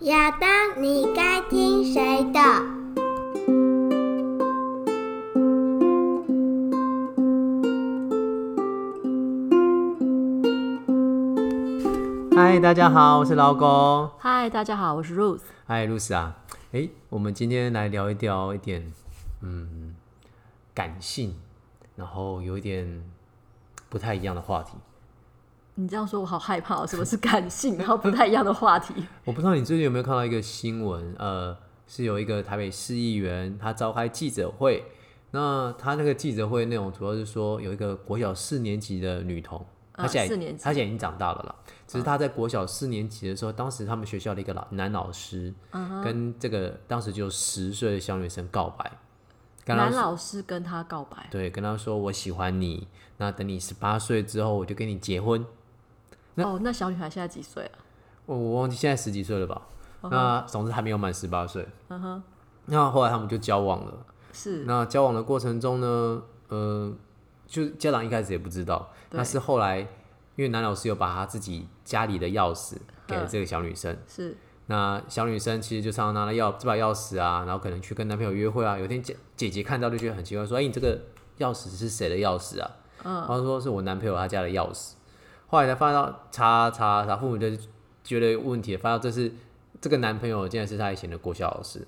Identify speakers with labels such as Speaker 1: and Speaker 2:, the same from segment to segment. Speaker 1: 亚当，你该听谁的？
Speaker 2: 嗨，大家好，我是老狗。
Speaker 3: 嗨，大家好，我是 Rose。
Speaker 2: 嗨，露丝啊，诶，我们今天来聊一聊一点，嗯，感性，然后有一点不太一样的话题。
Speaker 3: 你这样说，我好害怕、哦。什么是感性，然后不太一样的 话题？
Speaker 2: 我不知道你最近有没有看到一个新闻，呃，是有一个台北市议员他召开记者会，那他那个记者会内容主要是说有一个国小四年级的女童，她
Speaker 3: 啊
Speaker 2: 现在、
Speaker 3: 四年级嗯
Speaker 2: 她现在已经长大了啦，只是她在国小四年级的时候，当时他们学校的一个老男老师、
Speaker 3: 嗯
Speaker 2: 跟这个当时只有十岁的小女生告白，跟她
Speaker 3: 男
Speaker 2: 说
Speaker 3: 老师跟他告白，
Speaker 2: 对，跟她说我喜欢你，那等你十八岁之后我就跟你结婚。那
Speaker 3: 哦，那小女孩现在几岁啊？
Speaker 2: 我我忘记现在十几岁了吧？那总之还没有满十八岁。那后来他们就交往了。
Speaker 3: 是
Speaker 2: 那交往的过程中呢，呃，就家长一开始也不知道，
Speaker 3: 对
Speaker 2: 那是后来因为男老师有把他自己家里的钥匙给了
Speaker 3: 嗯
Speaker 2: 这个小女生。
Speaker 3: 是，那
Speaker 2: 那小女生其实就常常拿了钥这把钥匙啊，然后可能去跟男朋友约会啊。有一天姐姐姐看到就觉得很奇怪，说：“哎、你这个钥匙是谁的钥匙啊？”嗯，然后说是我男朋友他家的钥匙。后来才发现到，查查查，父母就觉得有问题，发现到这是这个男朋友竟然是他以前的国小老师。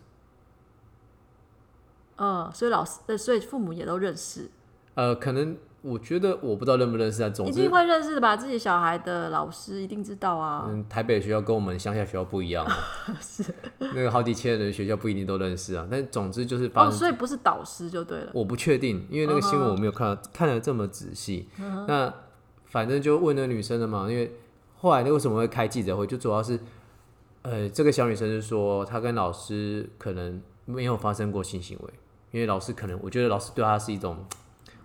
Speaker 3: 嗯，所以老师，呃，所以父母也都认识，
Speaker 2: 呃，可能我觉得我不知道认不认识啊，总
Speaker 3: 一
Speaker 2: 之
Speaker 3: 定，会认识的吧？自己小孩的老师一定知道啊。
Speaker 2: 嗯，台北的学校跟我们乡下学校不一样、哦，是那个好几千人的学校不一定都认识啊。但总之就是发
Speaker 3: 哦，
Speaker 2: 生
Speaker 3: 所以不是导师就对了。
Speaker 2: 我不确定，因为那个新闻我没有看到看的这么仔细。那反正就问那女生了嘛，因为后来那为什么会开记者会，就主要是，呃，这个小女生是说她跟老师可能没有发生过性行为，因为老师可能我觉得老师对她是一种，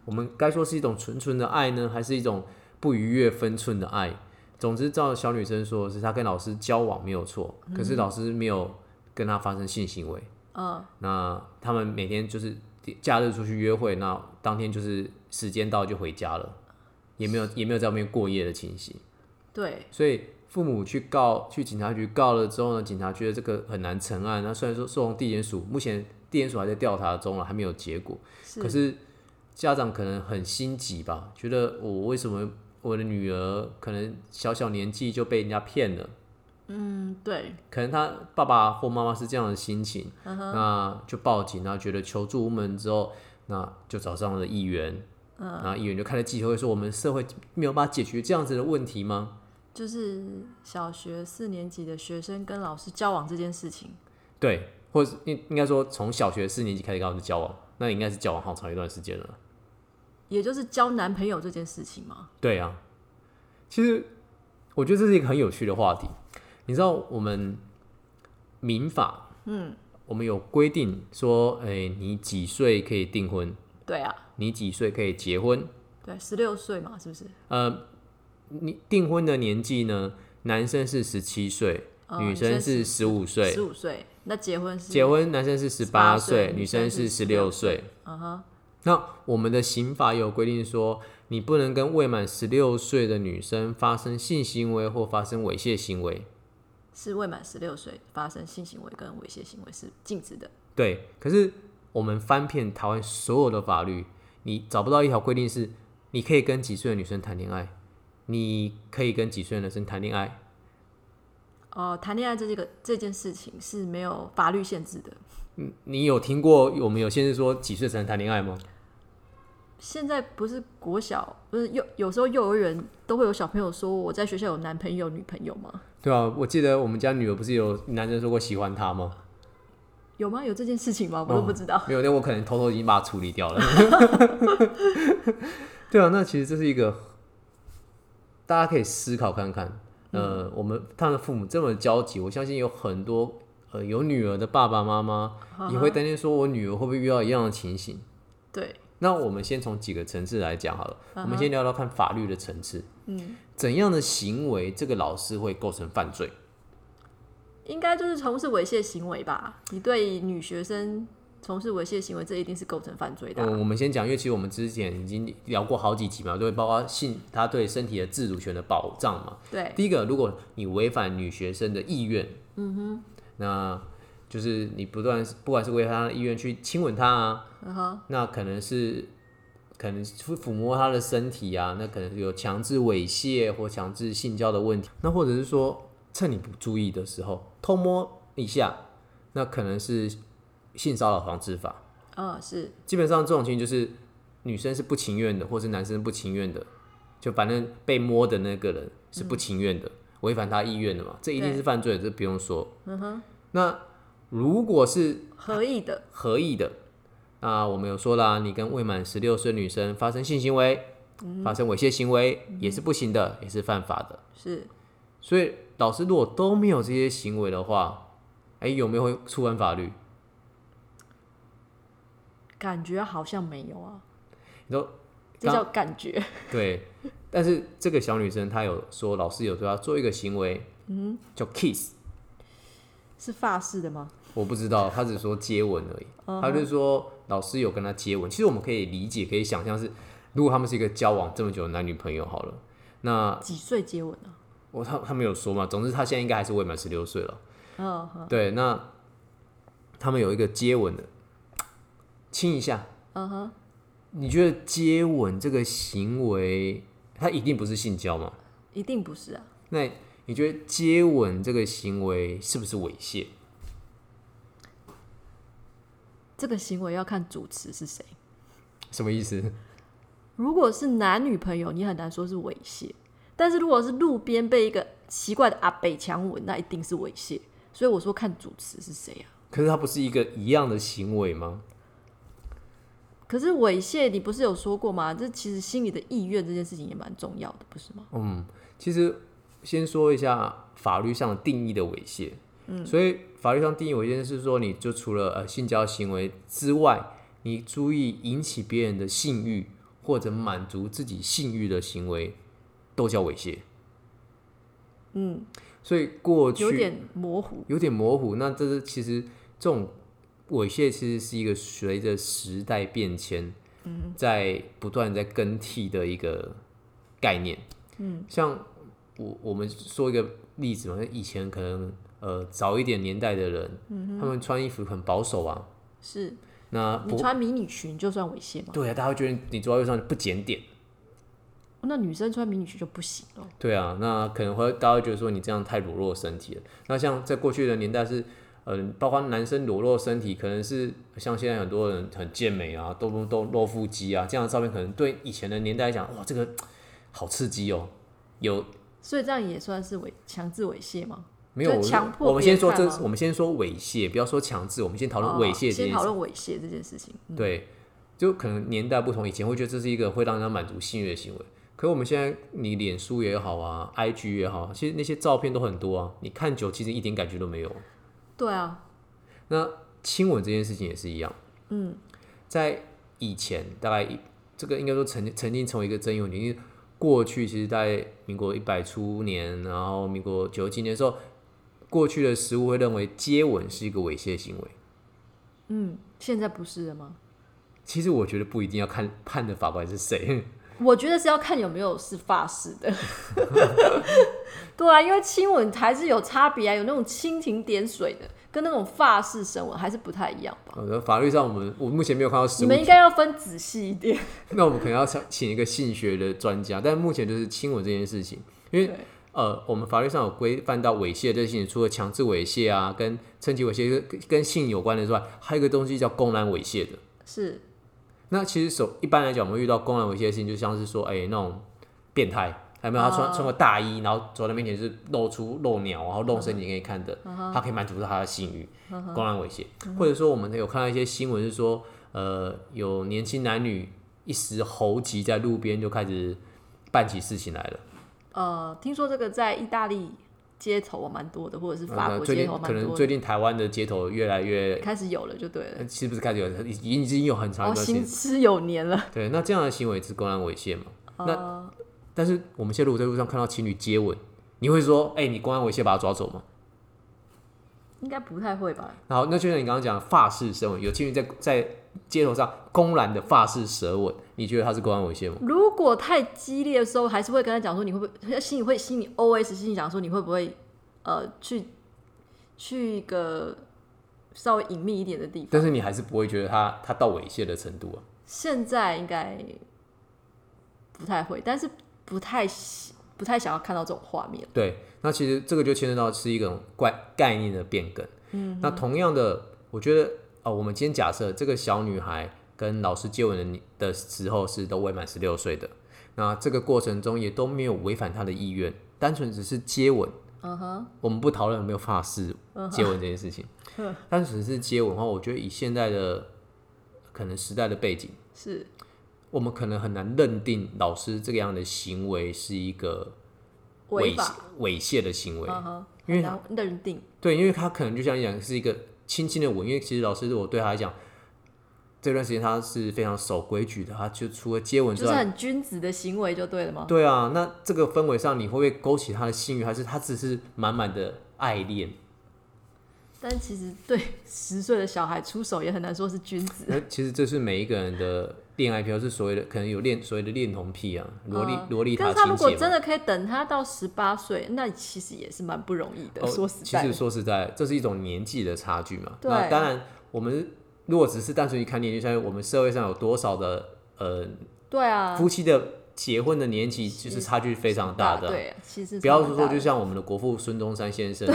Speaker 2: 我们该说是一种纯纯的爱呢，还是一种不逾越分寸的爱？总之，照小女生说，是她跟老师交往没有错，可是老师没有跟她发生性行为。
Speaker 3: 嗯，
Speaker 2: 那他们每天就是假日出去约会，那当天就是时间到就回家了，也没有也没有在外面过夜的情形。
Speaker 3: 对，
Speaker 2: 所以父母去告去警察局告了之后呢，警察觉得这个很难成案。那虽然说送往地检署，目前地检署还在调查中了，还没有结果。
Speaker 3: 是
Speaker 2: 可是家长可能很心急吧，觉得我为什么我的女儿可能小小年纪就被人家骗了。
Speaker 3: 嗯，对，
Speaker 2: 可能他爸爸或妈妈是这样的心情，那就报警，然后觉得求助无门之后，那就找上了议员，然后议员就开了记者会说，我们社会没有办法解决这样子的问题吗？
Speaker 3: 就是小学四年级的学生跟老师交往这件事情。
Speaker 2: 对，或者应应该说从小学四年级开始跟老师交往，那应该是交往好长一段时间了。
Speaker 3: 也就是交男朋友这件事情嘛，
Speaker 2: 对啊，其实我觉得这是一个很有趣的话题。你知道我们民法，嗯，我们有规定说，哎、你几岁可以订婚？
Speaker 3: 对啊，
Speaker 2: 你几岁可以结婚？
Speaker 3: 对，十六岁嘛，是不是？
Speaker 2: 呃，你订婚的年纪呢，男生是十七岁，
Speaker 3: 呃
Speaker 2: 女生是十五岁
Speaker 3: 十。五岁，那结婚是
Speaker 2: 结婚男生是十八
Speaker 3: 18
Speaker 2: 岁
Speaker 3: 岁，
Speaker 2: 女生是
Speaker 3: 是
Speaker 2: 十
Speaker 3: 16
Speaker 2: 六岁。
Speaker 3: 嗯哼，
Speaker 2: 那我们的刑法有规定说，你不能跟未满十六岁的女生发生性行为或发生猥亵行为。
Speaker 3: 是未满十六岁发生性行为跟猥亵行为是禁止的。
Speaker 2: 对，可是我们翻遍台湾所有的法律，你找不到一条规定是你可以跟几岁的女生谈恋爱，你可以跟几岁的男生谈恋爱。
Speaker 3: 哦、谈恋爱这这个这件事情是没有法律限制的。
Speaker 2: 嗯你有听过我们有些人说几岁才能谈恋爱吗？
Speaker 3: 现在不是国小，不是幼，有时候幼儿园都会有小朋友说我在学校有男朋友、女朋友吗？
Speaker 2: 对啊，我记得我们家女儿不是有男生说过喜欢她吗？
Speaker 3: 有吗？有这件事情吗？我都不知道。
Speaker 2: 哦没有，那我可能偷偷已经把她处理掉了。对啊，那其实这是一个大家可以思考看看。呃，我们他们的父母这么焦急，我相信有很多呃有女儿的爸爸妈妈也会担心，说我女儿会不会遇到一样的情形？
Speaker 3: 对，
Speaker 2: 那我们先从几个层次来讲好了。我们先聊聊看法律的层次。嗯，怎样的行为这个老师会构成犯罪？
Speaker 3: 应该就是从事猥亵行为吧？你对女学生从事猥亵行为，这一定是构成犯罪的啊、
Speaker 2: 嗯，我们先讲，因为其实我们之前已经聊过好几集嘛，对，包括性他对身体的自主权的保障嘛。
Speaker 3: 对，
Speaker 2: 第一个，如果你违反女学生的意愿，嗯哼，那就是你不断不管是违反她的意愿去亲吻她啊，
Speaker 3: 嗯哼，
Speaker 2: 那可能是可能是抚摸她的身体啊，那可能有强制猥亵或强制性交的问题，那或者是说趁你不注意的时候偷摸一下，那可能是性骚扰防治法。
Speaker 3: 嗯，是，
Speaker 2: 基本上这种情形就是女生是不情愿的，或是男生不情愿的，就反正被摸的那个人是不情愿的，违反他意愿的嘛，这一定
Speaker 3: 对
Speaker 2: 是犯罪的，这不用说。
Speaker 3: 嗯哼，
Speaker 2: 那如果是
Speaker 3: 合意的，
Speaker 2: 合意的，那我们有说啦，你跟未满十六岁女生发生性行为、发生猥亵行为也是不行的，也是犯法的。
Speaker 3: 是
Speaker 2: 所以老师如果都没有这些行为的话，哎、有没有会触犯法律？
Speaker 3: 感觉好像没有啊，
Speaker 2: 你说
Speaker 3: 这叫感觉，
Speaker 2: 对，但是这个小女生她有说，老师有对她做一个行为，嗯，叫 kiss，
Speaker 3: 是发式的吗？
Speaker 2: 我不知道，她只说接吻而已。
Speaker 3: 嗯
Speaker 2: 她就说老师有跟她接吻。其实我们可以理解，可以想象是，如果他们是一个交往这么久的男女朋友好了，那
Speaker 3: 几岁接吻啊？
Speaker 2: 我他他们有说嘛，总之她现在应该还是未满十六岁了。
Speaker 3: 嗯哼，
Speaker 2: 对，那他们有一个接吻的，亲一下。
Speaker 3: 嗯哼，
Speaker 2: 你觉得接吻这个行为，它一定不是性交吗？
Speaker 3: 一定不是啊，
Speaker 2: 那你觉得接吻这个行为是不是猥亵？
Speaker 3: 这个行为要看主持是谁。
Speaker 2: 什么意思？
Speaker 3: 如果是男女朋友，你很难说是猥亵。但是如果是路边被一个奇怪的阿北强吻，那一定是猥亵。所以我说看主持是谁啊。
Speaker 2: 可是它不是一个一样的行为吗？
Speaker 3: 可是猥亵，你不是有说过吗？这其实心里的意愿这件事情也蛮重要的，不是吗？
Speaker 2: 其实先说一下法律上定义的猥亵。嗯，所以法律上定义猥亵是说，你就除了呃性交行为之外，你注意引起别人的性欲或者满足自己性欲的行为，都叫猥亵。
Speaker 3: 嗯，
Speaker 2: 所以过去
Speaker 3: 有点模糊。
Speaker 2: 有点模糊。那这是其实这种猥亵其实是一个随着时代变迁，嗯，在不断在更替的一个概念。嗯，像我我们说一个例子嘛，以前可能呃早一点年代的人，他们穿衣服很保守啊，
Speaker 3: 是
Speaker 2: 那
Speaker 3: 你
Speaker 2: 啊不
Speaker 3: 穿迷你裙就算猥亵吗？
Speaker 2: 对啊，大家会觉得你走在路上不检点。
Speaker 3: 哦那女生穿迷你裙就不行了。
Speaker 2: 对啊，那可能会大家会觉得说你这样太裸露身体了。那像在过去的年代是，嗯、包括男生裸露身体，可能是像现在很多人很健美啊，都都都露腹肌啊，这样的照片可能对以前的年代来讲，哇，这个好刺激哦。有
Speaker 3: 所以这样也算是猥强制猥亵吗？
Speaker 2: 没有？
Speaker 3: 就强迫
Speaker 2: 我们先说
Speaker 3: 别
Speaker 2: 这
Speaker 3: 人看，吗
Speaker 2: 我们先说猥亵，不要说强制，我们先讨论猥亵这
Speaker 3: 哦
Speaker 2: 件
Speaker 3: 先
Speaker 2: 事。
Speaker 3: 讨论猥亵这件事情。嗯
Speaker 2: 对，就可能年代不同，以前会觉得这是一个会让人家满足性欲的行为，可我们现在你脸书也好啊，IG 也好，其实那些照片都很多啊，你看久其实一点感觉都没有。
Speaker 3: 对啊，
Speaker 2: 那亲吻这件事情也是一样，嗯，在以前大概一这个应该说曾曾经成为一个争议问题，因为过去其实在民国一百初年，然后民国九几年的时候，过去的食物会认为接吻是一个猥亵行为。
Speaker 3: 嗯，现在不是了吗？
Speaker 2: 其实我觉得不一定要看判的法官是谁，
Speaker 3: 我觉得是要看有没有是发式的。 对啊，因为亲吻还是有差别啊，有那种蜻蜓点水的，跟那种发式神吻还是不太一样吧。
Speaker 2: 好的，法律上我们我目前没有看到实
Speaker 3: 你
Speaker 2: 物，
Speaker 3: 们应该要分仔细一点。
Speaker 2: 那我们可能要请请一个性学的专家，但目前就是亲吻这件事情，因为
Speaker 3: 对
Speaker 2: 呃，我们法律上有规范到猥亵这件事情，除了强制猥亵啊，跟趁机猥亵跟跟性有关的之外，还有一个东西叫公然猥亵的。
Speaker 3: 是，
Speaker 2: 那其实手一般来讲，我们遇到公然猥亵的事情，就像是说，哎、那种变态，还有没有？他穿、
Speaker 3: 哦
Speaker 2: 穿个大衣，然后走到面前就是露出露鸟，啊然后露身体给你看的，
Speaker 3: 嗯
Speaker 2: 他可以满足到他的性欲，公然猥亵。或者说，我们有看到一些新闻是说，呃，有年轻男女一时猴急，在路边就开始办起事情来了。
Speaker 3: 呃，听说这个在意大利街头啊蛮多的，或者是法
Speaker 2: 呃
Speaker 3: 国
Speaker 2: 最
Speaker 3: 街
Speaker 2: 近
Speaker 3: 头啊
Speaker 2: 可
Speaker 3: 蛮
Speaker 2: 能
Speaker 3: 多
Speaker 2: 最
Speaker 3: 的，
Speaker 2: 近台湾的街头越来越，
Speaker 3: 开始有了就对了
Speaker 2: 呃。是不是开始有已经已经有很长一
Speaker 3: 哦，
Speaker 2: 段时间
Speaker 3: 行？之有年了。
Speaker 2: 对，那这样的行为是公然猥亵嘛？那
Speaker 3: 呃，
Speaker 2: 但是我们现在如果在路上看到情侣接吻，你会说：“哎、你公安猥亵把他抓走吗
Speaker 3: 应该不太会吧？
Speaker 2: 然后那就像你刚刚讲的法式舌吻，有情侣在在街头上公然的法式舌吻，你觉得他是公然猥亵吗？
Speaker 3: 如果太激烈的时候，还是会跟他讲说你会不会心里会心里 OS 心里想说你会不会呃去去一个稍微隐秘一点的地方。
Speaker 2: 但是你还是不会觉得他他到猥亵的程度啊。
Speaker 3: 现在应该不太会，但是不太喜不太想要看到这种画面。
Speaker 2: 对，那其实这个就牵扯到是一种怪概念的变更。嗯，那同样的，我觉得哦，我们今天假设这个小女孩跟老师接吻的你的时候是都未满十六岁的，那这个过程中也都没有违反她的意愿，单纯只是接吻。
Speaker 3: 嗯哼，
Speaker 2: 我们不讨论有没有发式
Speaker 3: 嗯
Speaker 2: 接吻这件事 情，单纯是接吻的话，我觉得以现在的可能时代的背景，
Speaker 3: 是
Speaker 2: 我们可能很难认定老师这样的行为是一个
Speaker 3: 违法。
Speaker 2: 猥亵的行为。
Speaker 3: 嗯哼，
Speaker 2: 因为
Speaker 3: 很难认定
Speaker 2: 对，因为他可能就像你讲，是一个轻轻的吻。因为其实老师对我对他来讲，这段时间他是非常守规矩的，他就除了接吻之
Speaker 3: 就是
Speaker 2: 外，
Speaker 3: 很君子的行为就对了吗？
Speaker 2: 对啊，那这个氛围上，你会不会勾起他的性欲，还是他只是满满的爱恋？
Speaker 3: 但其实对十岁的小孩出手也很难说是君子。
Speaker 2: 那其实这是每一个人的恋爱癖，或是所谓的可能有恋所谓的恋童癖啊，萝莉
Speaker 3: 嗯
Speaker 2: 萝莉
Speaker 3: 但
Speaker 2: 塔
Speaker 3: 是他如
Speaker 2: 情
Speaker 3: 果
Speaker 2: 节
Speaker 3: 真
Speaker 2: 嘛。
Speaker 3: 的可以等他到十八岁，那其实也是蛮不容易的。说实
Speaker 2: 哦其
Speaker 3: 在
Speaker 2: 实
Speaker 3: 的，
Speaker 2: 说实在，这是一种年纪的差距嘛。
Speaker 3: 对
Speaker 2: 那当然，我们如果只是单纯去看年纪上，我们社会上有多少的呃
Speaker 3: 对啊，
Speaker 2: 夫妻的结婚的年纪就是差距非常大的。
Speaker 3: 对啊，其实
Speaker 2: 不要
Speaker 3: 是蛮
Speaker 2: 说说，
Speaker 3: 大
Speaker 2: 就
Speaker 3: 的
Speaker 2: 像我们的国父孙中山先生，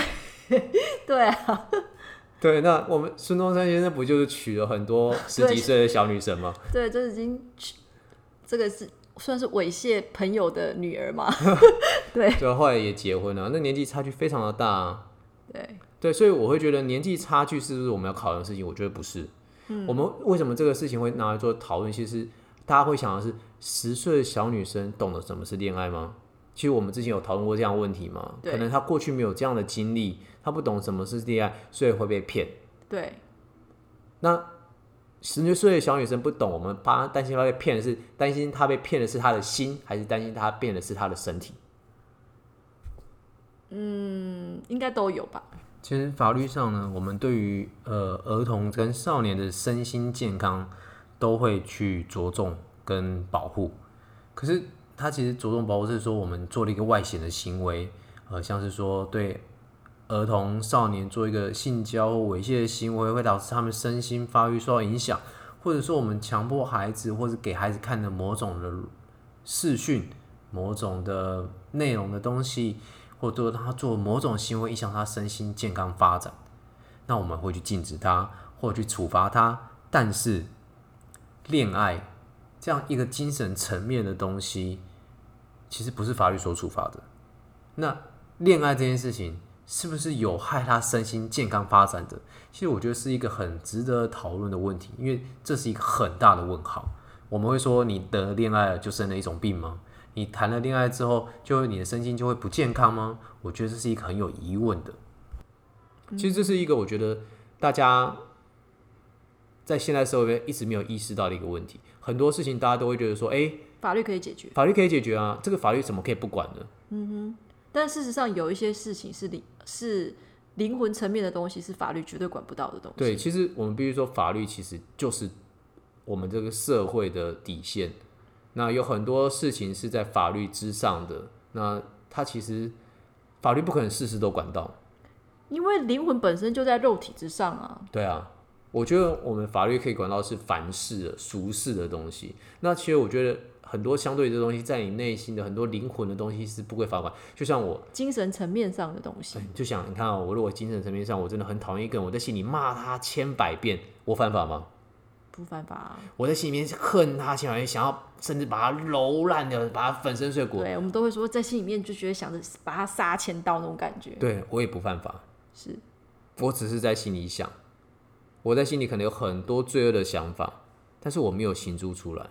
Speaker 3: 对啊，
Speaker 2: 对，那我们孙中山先生不就是娶了很多十几岁的小女生吗？
Speaker 3: 对，这已经这个是算是猥亵朋友的女儿嘛？
Speaker 2: 就后来也结婚了，那年纪差距非常的大、啊。
Speaker 3: 对，
Speaker 2: 对，所以我会觉得年纪差距是不是我们要考量的事情？我觉得不是。我们为什么这个事情会拿来做讨论？其实大家会想的是，十岁的小女生懂得什么是恋爱吗？其实我们之前有讨论过这样的问题嘛？
Speaker 3: 对
Speaker 2: 可能她过去没有这样的经历，她不懂什么是恋爱，所以会被骗。
Speaker 3: 对，
Speaker 2: 那十六岁的小女生不懂，我们怕担心她被骗的是担心她被骗的是她的心，还是担心她骗的是她的身体？
Speaker 3: 嗯，应该都有吧？
Speaker 2: 其实法律上呢，我们对于呃儿童跟少年的身心健康都会去着重跟保护。可是它其实着重保护是说我们做了一个外显的行为，呃，像是说对儿童少年做一个性交或猥亵的行为，会导致他们身心发育受到影响，或者说我们强迫孩子或者给孩子看的某种的视讯、某种的内容的东西，或者他做某种行为影响他身心健康发展，那我们会去禁止他，或者去处罚他。但是，恋爱这样一个精神层面的东西，其实不是法律所处罚的。那恋爱这件事情是不是有害他身心健康发展的？其实我觉得是一个很值得讨论的问题，因为这是一个很大的问号。我们会说你得了恋爱了就生了一种病吗？你谈了恋爱之后，就会你的身心就会不健康吗？我觉得这是一个很有疑问的。其实这是一个我觉得大家在现代社会一直没有意识到的一个问题。很多事情大家都会觉得说，哎、
Speaker 3: 法律可以解决，
Speaker 2: 法律可以解决啊，这个法律怎么可以不管呢？
Speaker 3: 但事实上有一些事情是灵是灵魂层面的东西，是法律绝对管不到的东西。
Speaker 2: 对，其实我们必须说，法律其实就是我们这个社会的底线。那有很多事情是在法律之上的，那它其实法律不可能事事都管到。
Speaker 3: 因为灵魂本身就在肉体之上啊。
Speaker 2: 对啊，我觉得我们法律可以管到是凡事的、俗世的东西。那其实我觉得很多相对的东西，在你内心的很多灵魂的东西是不归法管。就像我
Speaker 3: 精神层面上的东西
Speaker 2: 哎。就想你看、哦，我如果精神层面上我真的很讨厌一个人，我在心里骂他千百遍，我犯法吗？
Speaker 3: 不犯法、啊。
Speaker 2: 我在心里面恨他千百遍，想要甚至把他揉烂掉，把他粉身碎骨。
Speaker 3: 对，我们都会说在心里面就觉得想着把他杀千刀那种感觉。
Speaker 2: 对我也不犯法，
Speaker 3: 是，
Speaker 2: 我只是在心里想，我在心里可能有很多罪恶的想法，但是我没有行诸出来。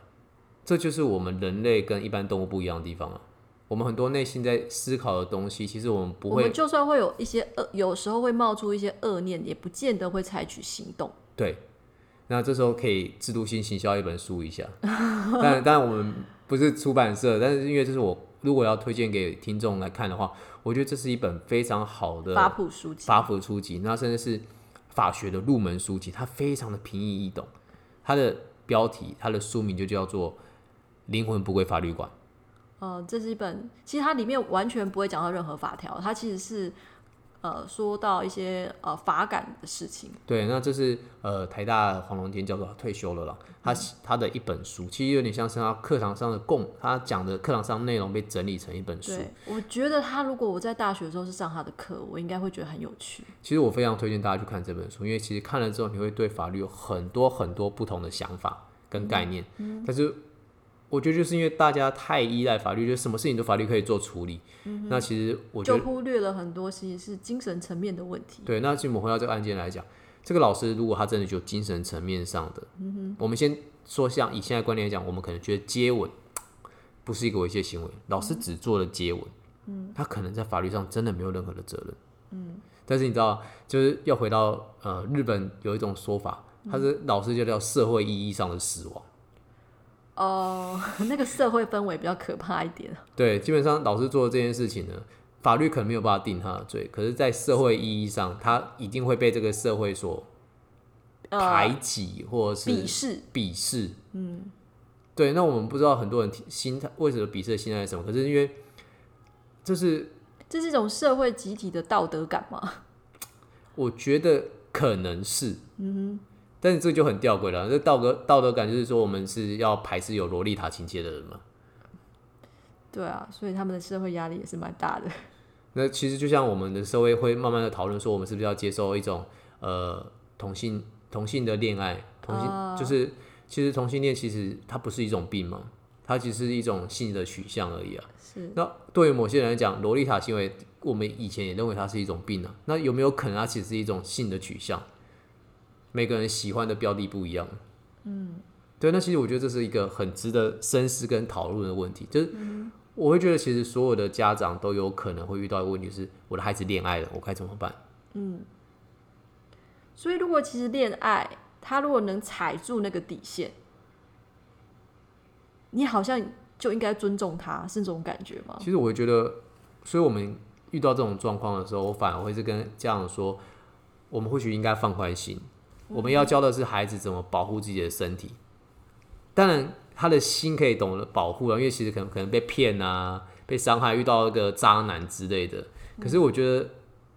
Speaker 2: 这就是我们人类跟一般动物不一样的地方啊。我们很多内心在思考的东西，其实我们不
Speaker 3: 我
Speaker 2: 会
Speaker 3: 们就算会有一些恶，有时候会冒出一些恶念，也不见得会采取行动。
Speaker 2: 对，那这时候可以 制度性行销一本书一下，但但我们不是出版社，但是因为这是我如果要推荐给听众来看的话，我觉得这是一本非常好的
Speaker 3: 法普书籍，
Speaker 2: 法普书籍，那甚至是法学的入门书籍，它非常的平易易懂。它的标题，它的书名就叫做《灵魂不归法律馆》。
Speaker 3: 呃，这是一本，其实它里面完全不会讲到任何法条，它其实是呃说到一些呃法感的事情。
Speaker 2: 对，那这是呃台大黄龙天教授他退休了啦，他他的一本书，其实有点像是他课堂上的供，他讲的课堂上内容被整理成一本书。
Speaker 3: 对，我觉得他如果我在大学的时候是上他的课，我应该会觉得很有趣。
Speaker 2: 其实我非常推荐大家去看这本书，因为其实看了之后，你会对法律有很多很多不同的想法跟概念。但是我觉得就是因为大家太依赖法律，就是什么事情都法律可以做处理。那其实我觉
Speaker 3: 就
Speaker 2: 得
Speaker 3: 忽略了很多其实是精神层面的问题。
Speaker 2: 对，那其实我们回到这个案件来讲，这个老师如果他真的就精神层面上的，我们先说像以现在观念来讲，我们可能觉得接吻不是一个猥亵行为，老师只做了接吻，他可能在法律上真的没有任何的责任，但是你知道，就是要回到呃日本有一种说法，他是老师就叫社会意义上的死亡。
Speaker 3: 哦、 那个社会氛围比较可怕一点。
Speaker 2: 对，基本上老师做的这件事情呢，法律可能没有办法定他的罪，可是，在社会意义上，他一定会被这个社会所排
Speaker 3: 呃，
Speaker 2: 挤或者是
Speaker 3: 鄙视，
Speaker 2: 鄙视，嗯，对。那我们不知道很多人提心态为什么鄙视的心态是什么，可是因为就是
Speaker 3: 这是一种社会集体的道德感嘛？
Speaker 2: 我觉得可能是，嗯但是这就很吊诡了。这道德道德感就是说，我们是要排斥有洛丽塔情节的人嘛？
Speaker 3: 对啊，所以他们的社会压力也是蛮大的。
Speaker 2: 那其实就像我们的社会会慢慢的讨论说，我们是不是要接受一种呃同性同性的恋爱，同性、就是其实同性恋其实它不是一种病嘛，它只是一种性的取向而已啊。
Speaker 3: 是，
Speaker 2: 那对于某些人来讲，萝莉塔行为，我们以前也认为它是一种病啊。那有没有可能它其实是一种性的取向？每个人喜欢的标的不一样。嗯，对。那其实我觉得这是一个很值得深思跟讨论的问题。就是我会觉得，其实所有的家长都有可能会遇到一个问题是：我的孩子恋爱了，我该怎么办？
Speaker 3: 所以如果其实恋爱，他如果能踩住那个底线，你好像就应该尊重他，是这种感觉吗？
Speaker 2: 其实我会觉得，所以我们遇到这种状况的时候，我反而会是跟家长说，我们或许应该放宽心，我们要教的是孩子怎么保护自己的身体。当然，他的心可以懂得保护了，因为其实可能可能被骗啊，被伤害，遇到一个渣男之类的。可是我觉得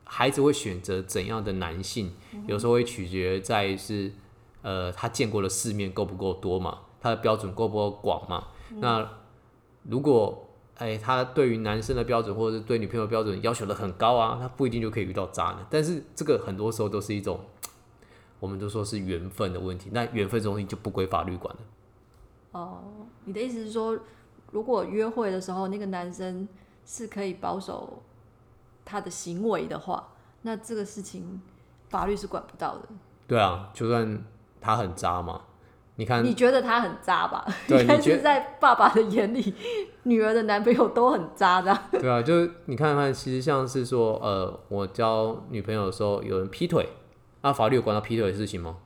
Speaker 2: 孩子会选择怎样的男性，有时候会取决在于是，呃，他见过的世面够不够多嘛，他的标准够不够广嘛。那如果哎，他对于男生的标准或者是对女朋友的标准要求的很高啊，他不一定就可以遇到渣男。但是这个很多时候都是一种，我们都说是缘分的问题。那缘分这种东西就不归法律管了。
Speaker 3: 你的意思是说，如果约会的时候那个男生是可以保守他的行为的话，那这个事情法律是管不到的。
Speaker 2: 对啊，就算他很渣嘛，你看
Speaker 3: 你觉得他很渣吧？
Speaker 2: 嗯 对
Speaker 3: 但
Speaker 2: 你觉
Speaker 3: 是在爸爸的眼里，女儿的男朋友都很渣的。
Speaker 2: 对啊，就是你看看，其实像是说，呃，我交女朋友的时候有人劈腿，那、法律有管到劈腿的事情吗？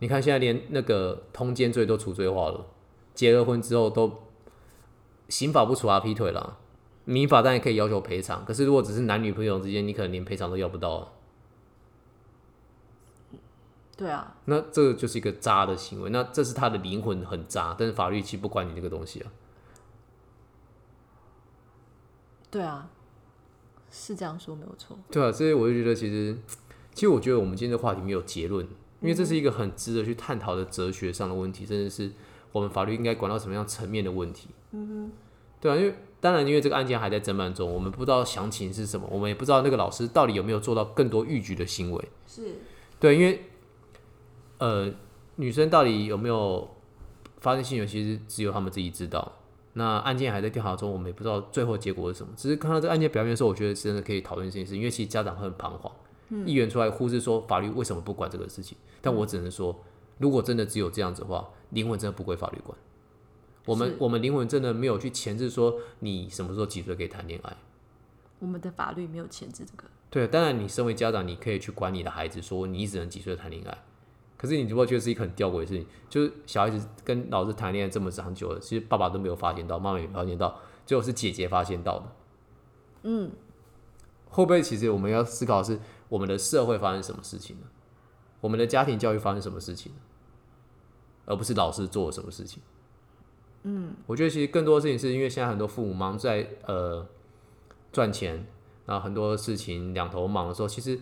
Speaker 2: 你看现在连那个通奸罪都除罪化了，结了婚之后都刑法不处罚劈腿啦，民法当然可以要求赔偿，可是如果只是男女朋友之间，你可能连赔偿都要不到、啊，
Speaker 3: 对啊，
Speaker 2: 那这就是一个渣的行为，那这是他的灵魂很渣，但是法律其实不管你这个东西啊。
Speaker 3: 对啊，是这样说没有错。
Speaker 2: 对啊，所以我就觉得，其实，其实我觉得我们今天的话题没有结论，因为这是一个很值得去探讨的哲学上的问题，甚至是我们法律应该管到什么样层面的问题。嗯对啊，因为当然，因为这个案件还在侦办中，我们不知道详情是什么，我们也不知道那个老师到底有没有做到更多逾矩的行为。
Speaker 3: 是，
Speaker 2: 对，因为呃，女生到底有没有发生性行为，其实只有他们自己知道。那案件还在调查中，我们也不知道最后结果是什么。只是看到这个案件表面的时候，我觉得真的可以讨论这件事，因为其实家长会很彷徨。议员出来忽视说法律为什么不管这个事情，但我只能说，如果真的只有这样子的话，灵魂真的不归法律管。我们
Speaker 3: 是
Speaker 2: 我们灵魂真的没有去前置说你什么时候几岁可以谈恋爱。
Speaker 3: 我们的法律没有前置这个。
Speaker 2: 对，当然你身为家长，你可以去管你的孩子，说你只能几岁谈恋爱。可是你如果觉得是一个很吊诡的事情，就是小孩子跟老师谈恋爱这么长久了，其实爸爸都没有发现到，妈妈也没发现到，结果是姐姐发现到的。嗯，会不会其实我们要思考的是我们的社会发生什么事情呢？我们的家庭教育发生什么事情呢？而不是老师做了什么事情。嗯，我觉得其实更多的事情是因为现在很多父母忙在呃赚钱，然后很多事情两头忙的时候，其实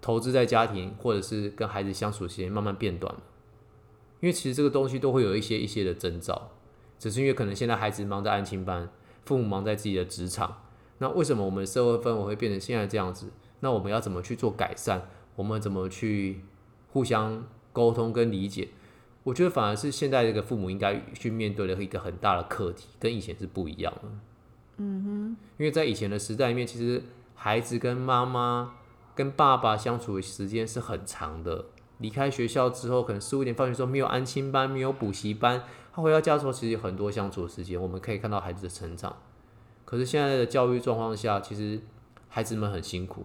Speaker 2: 投资在家庭或者是跟孩子相处的时间慢慢变短了，因为其实这个东西都会有一些一些的征兆，只是因为可能现在孩子忙在安亲班，父母忙在自己的职场，那为什么我们社会氛围会变成现在这样子？那我们要怎么去做改善？我们怎么去互相沟通跟理解？我觉得反而是现在这个父母应该去面对的一个很大的课题，跟以前是不一样的。嗯哼，因为在以前的时代里面，其实孩子跟妈妈、跟爸爸相处的时间是很长的。离开学校之后，可能四五点放学之后没有安亲班，没有补习班，他回到家的时候，其实有很多相处的时间，我们可以看到孩子的成长。可是现在的教育状况下，其实孩子们很辛苦，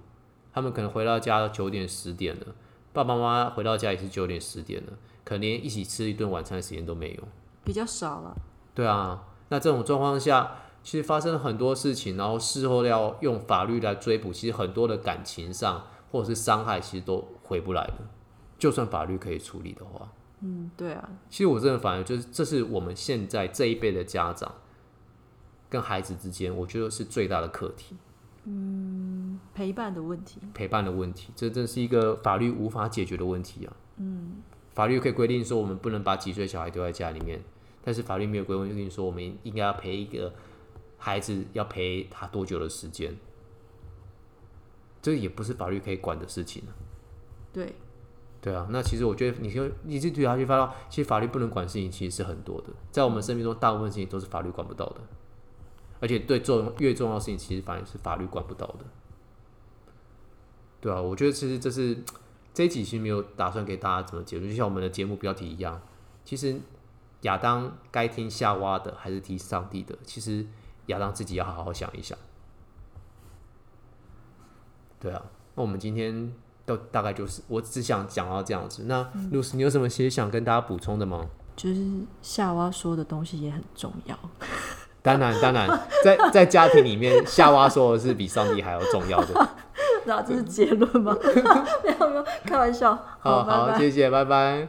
Speaker 2: 他们可能回到家九点十点了，爸爸妈妈回到家也是九点十点了。可能连一起吃一顿晚餐的时间都没有。
Speaker 3: 比较少了。
Speaker 2: 对啊，那这种状况下，其实发生了很多事情，然后事后要用法律来追捕，其实很多的感情上或者是伤害，其实都回不来的。就算法律可以处理的话，
Speaker 3: 嗯，对啊，
Speaker 2: 其实我真的反而就是，这是我们现在这一辈的家长跟孩子之间，我觉得是最大的课题，
Speaker 3: 陪伴的问题。
Speaker 2: 陪伴的问题，这真是一个法律无法解决的问题啊。嗯，法律可以规定说我们不能把几岁小孩丢在家里面，但是法律没有规定说我们应该要陪一个孩子要陪他多久的时间，这也不是法律可以管的事情啊。
Speaker 3: 对，
Speaker 2: 对啊，那其实我觉得你就你自己下去发到，其实法律不能管的事情其实是很多的，在我们生命中大部分事情都是法律管不到的，而且对重越重要的事情，其实反而是法律管不到的。对啊，我觉得其实这是这一集其实没有打算给大家怎么结论，就像我们的节目标题一样，其实亚当该听夏娃的还是听上帝的？其实亚当自己要好好想一想。对啊，那我们今天都大概就是我只想讲到这样子。那
Speaker 3: 嗯
Speaker 2: 露丝，你有什么其实想跟大家补充的吗？
Speaker 3: 就是夏娃说的东西也很重 要。
Speaker 2: 当然，当然，在在家庭里面，夏娃说的是比上帝还要重 要的。
Speaker 3: 然后这是结论吗？没有没有，开玩笑。
Speaker 2: 好
Speaker 3: 拜
Speaker 2: 好，
Speaker 3: 拜。
Speaker 2: 谢谢，拜拜。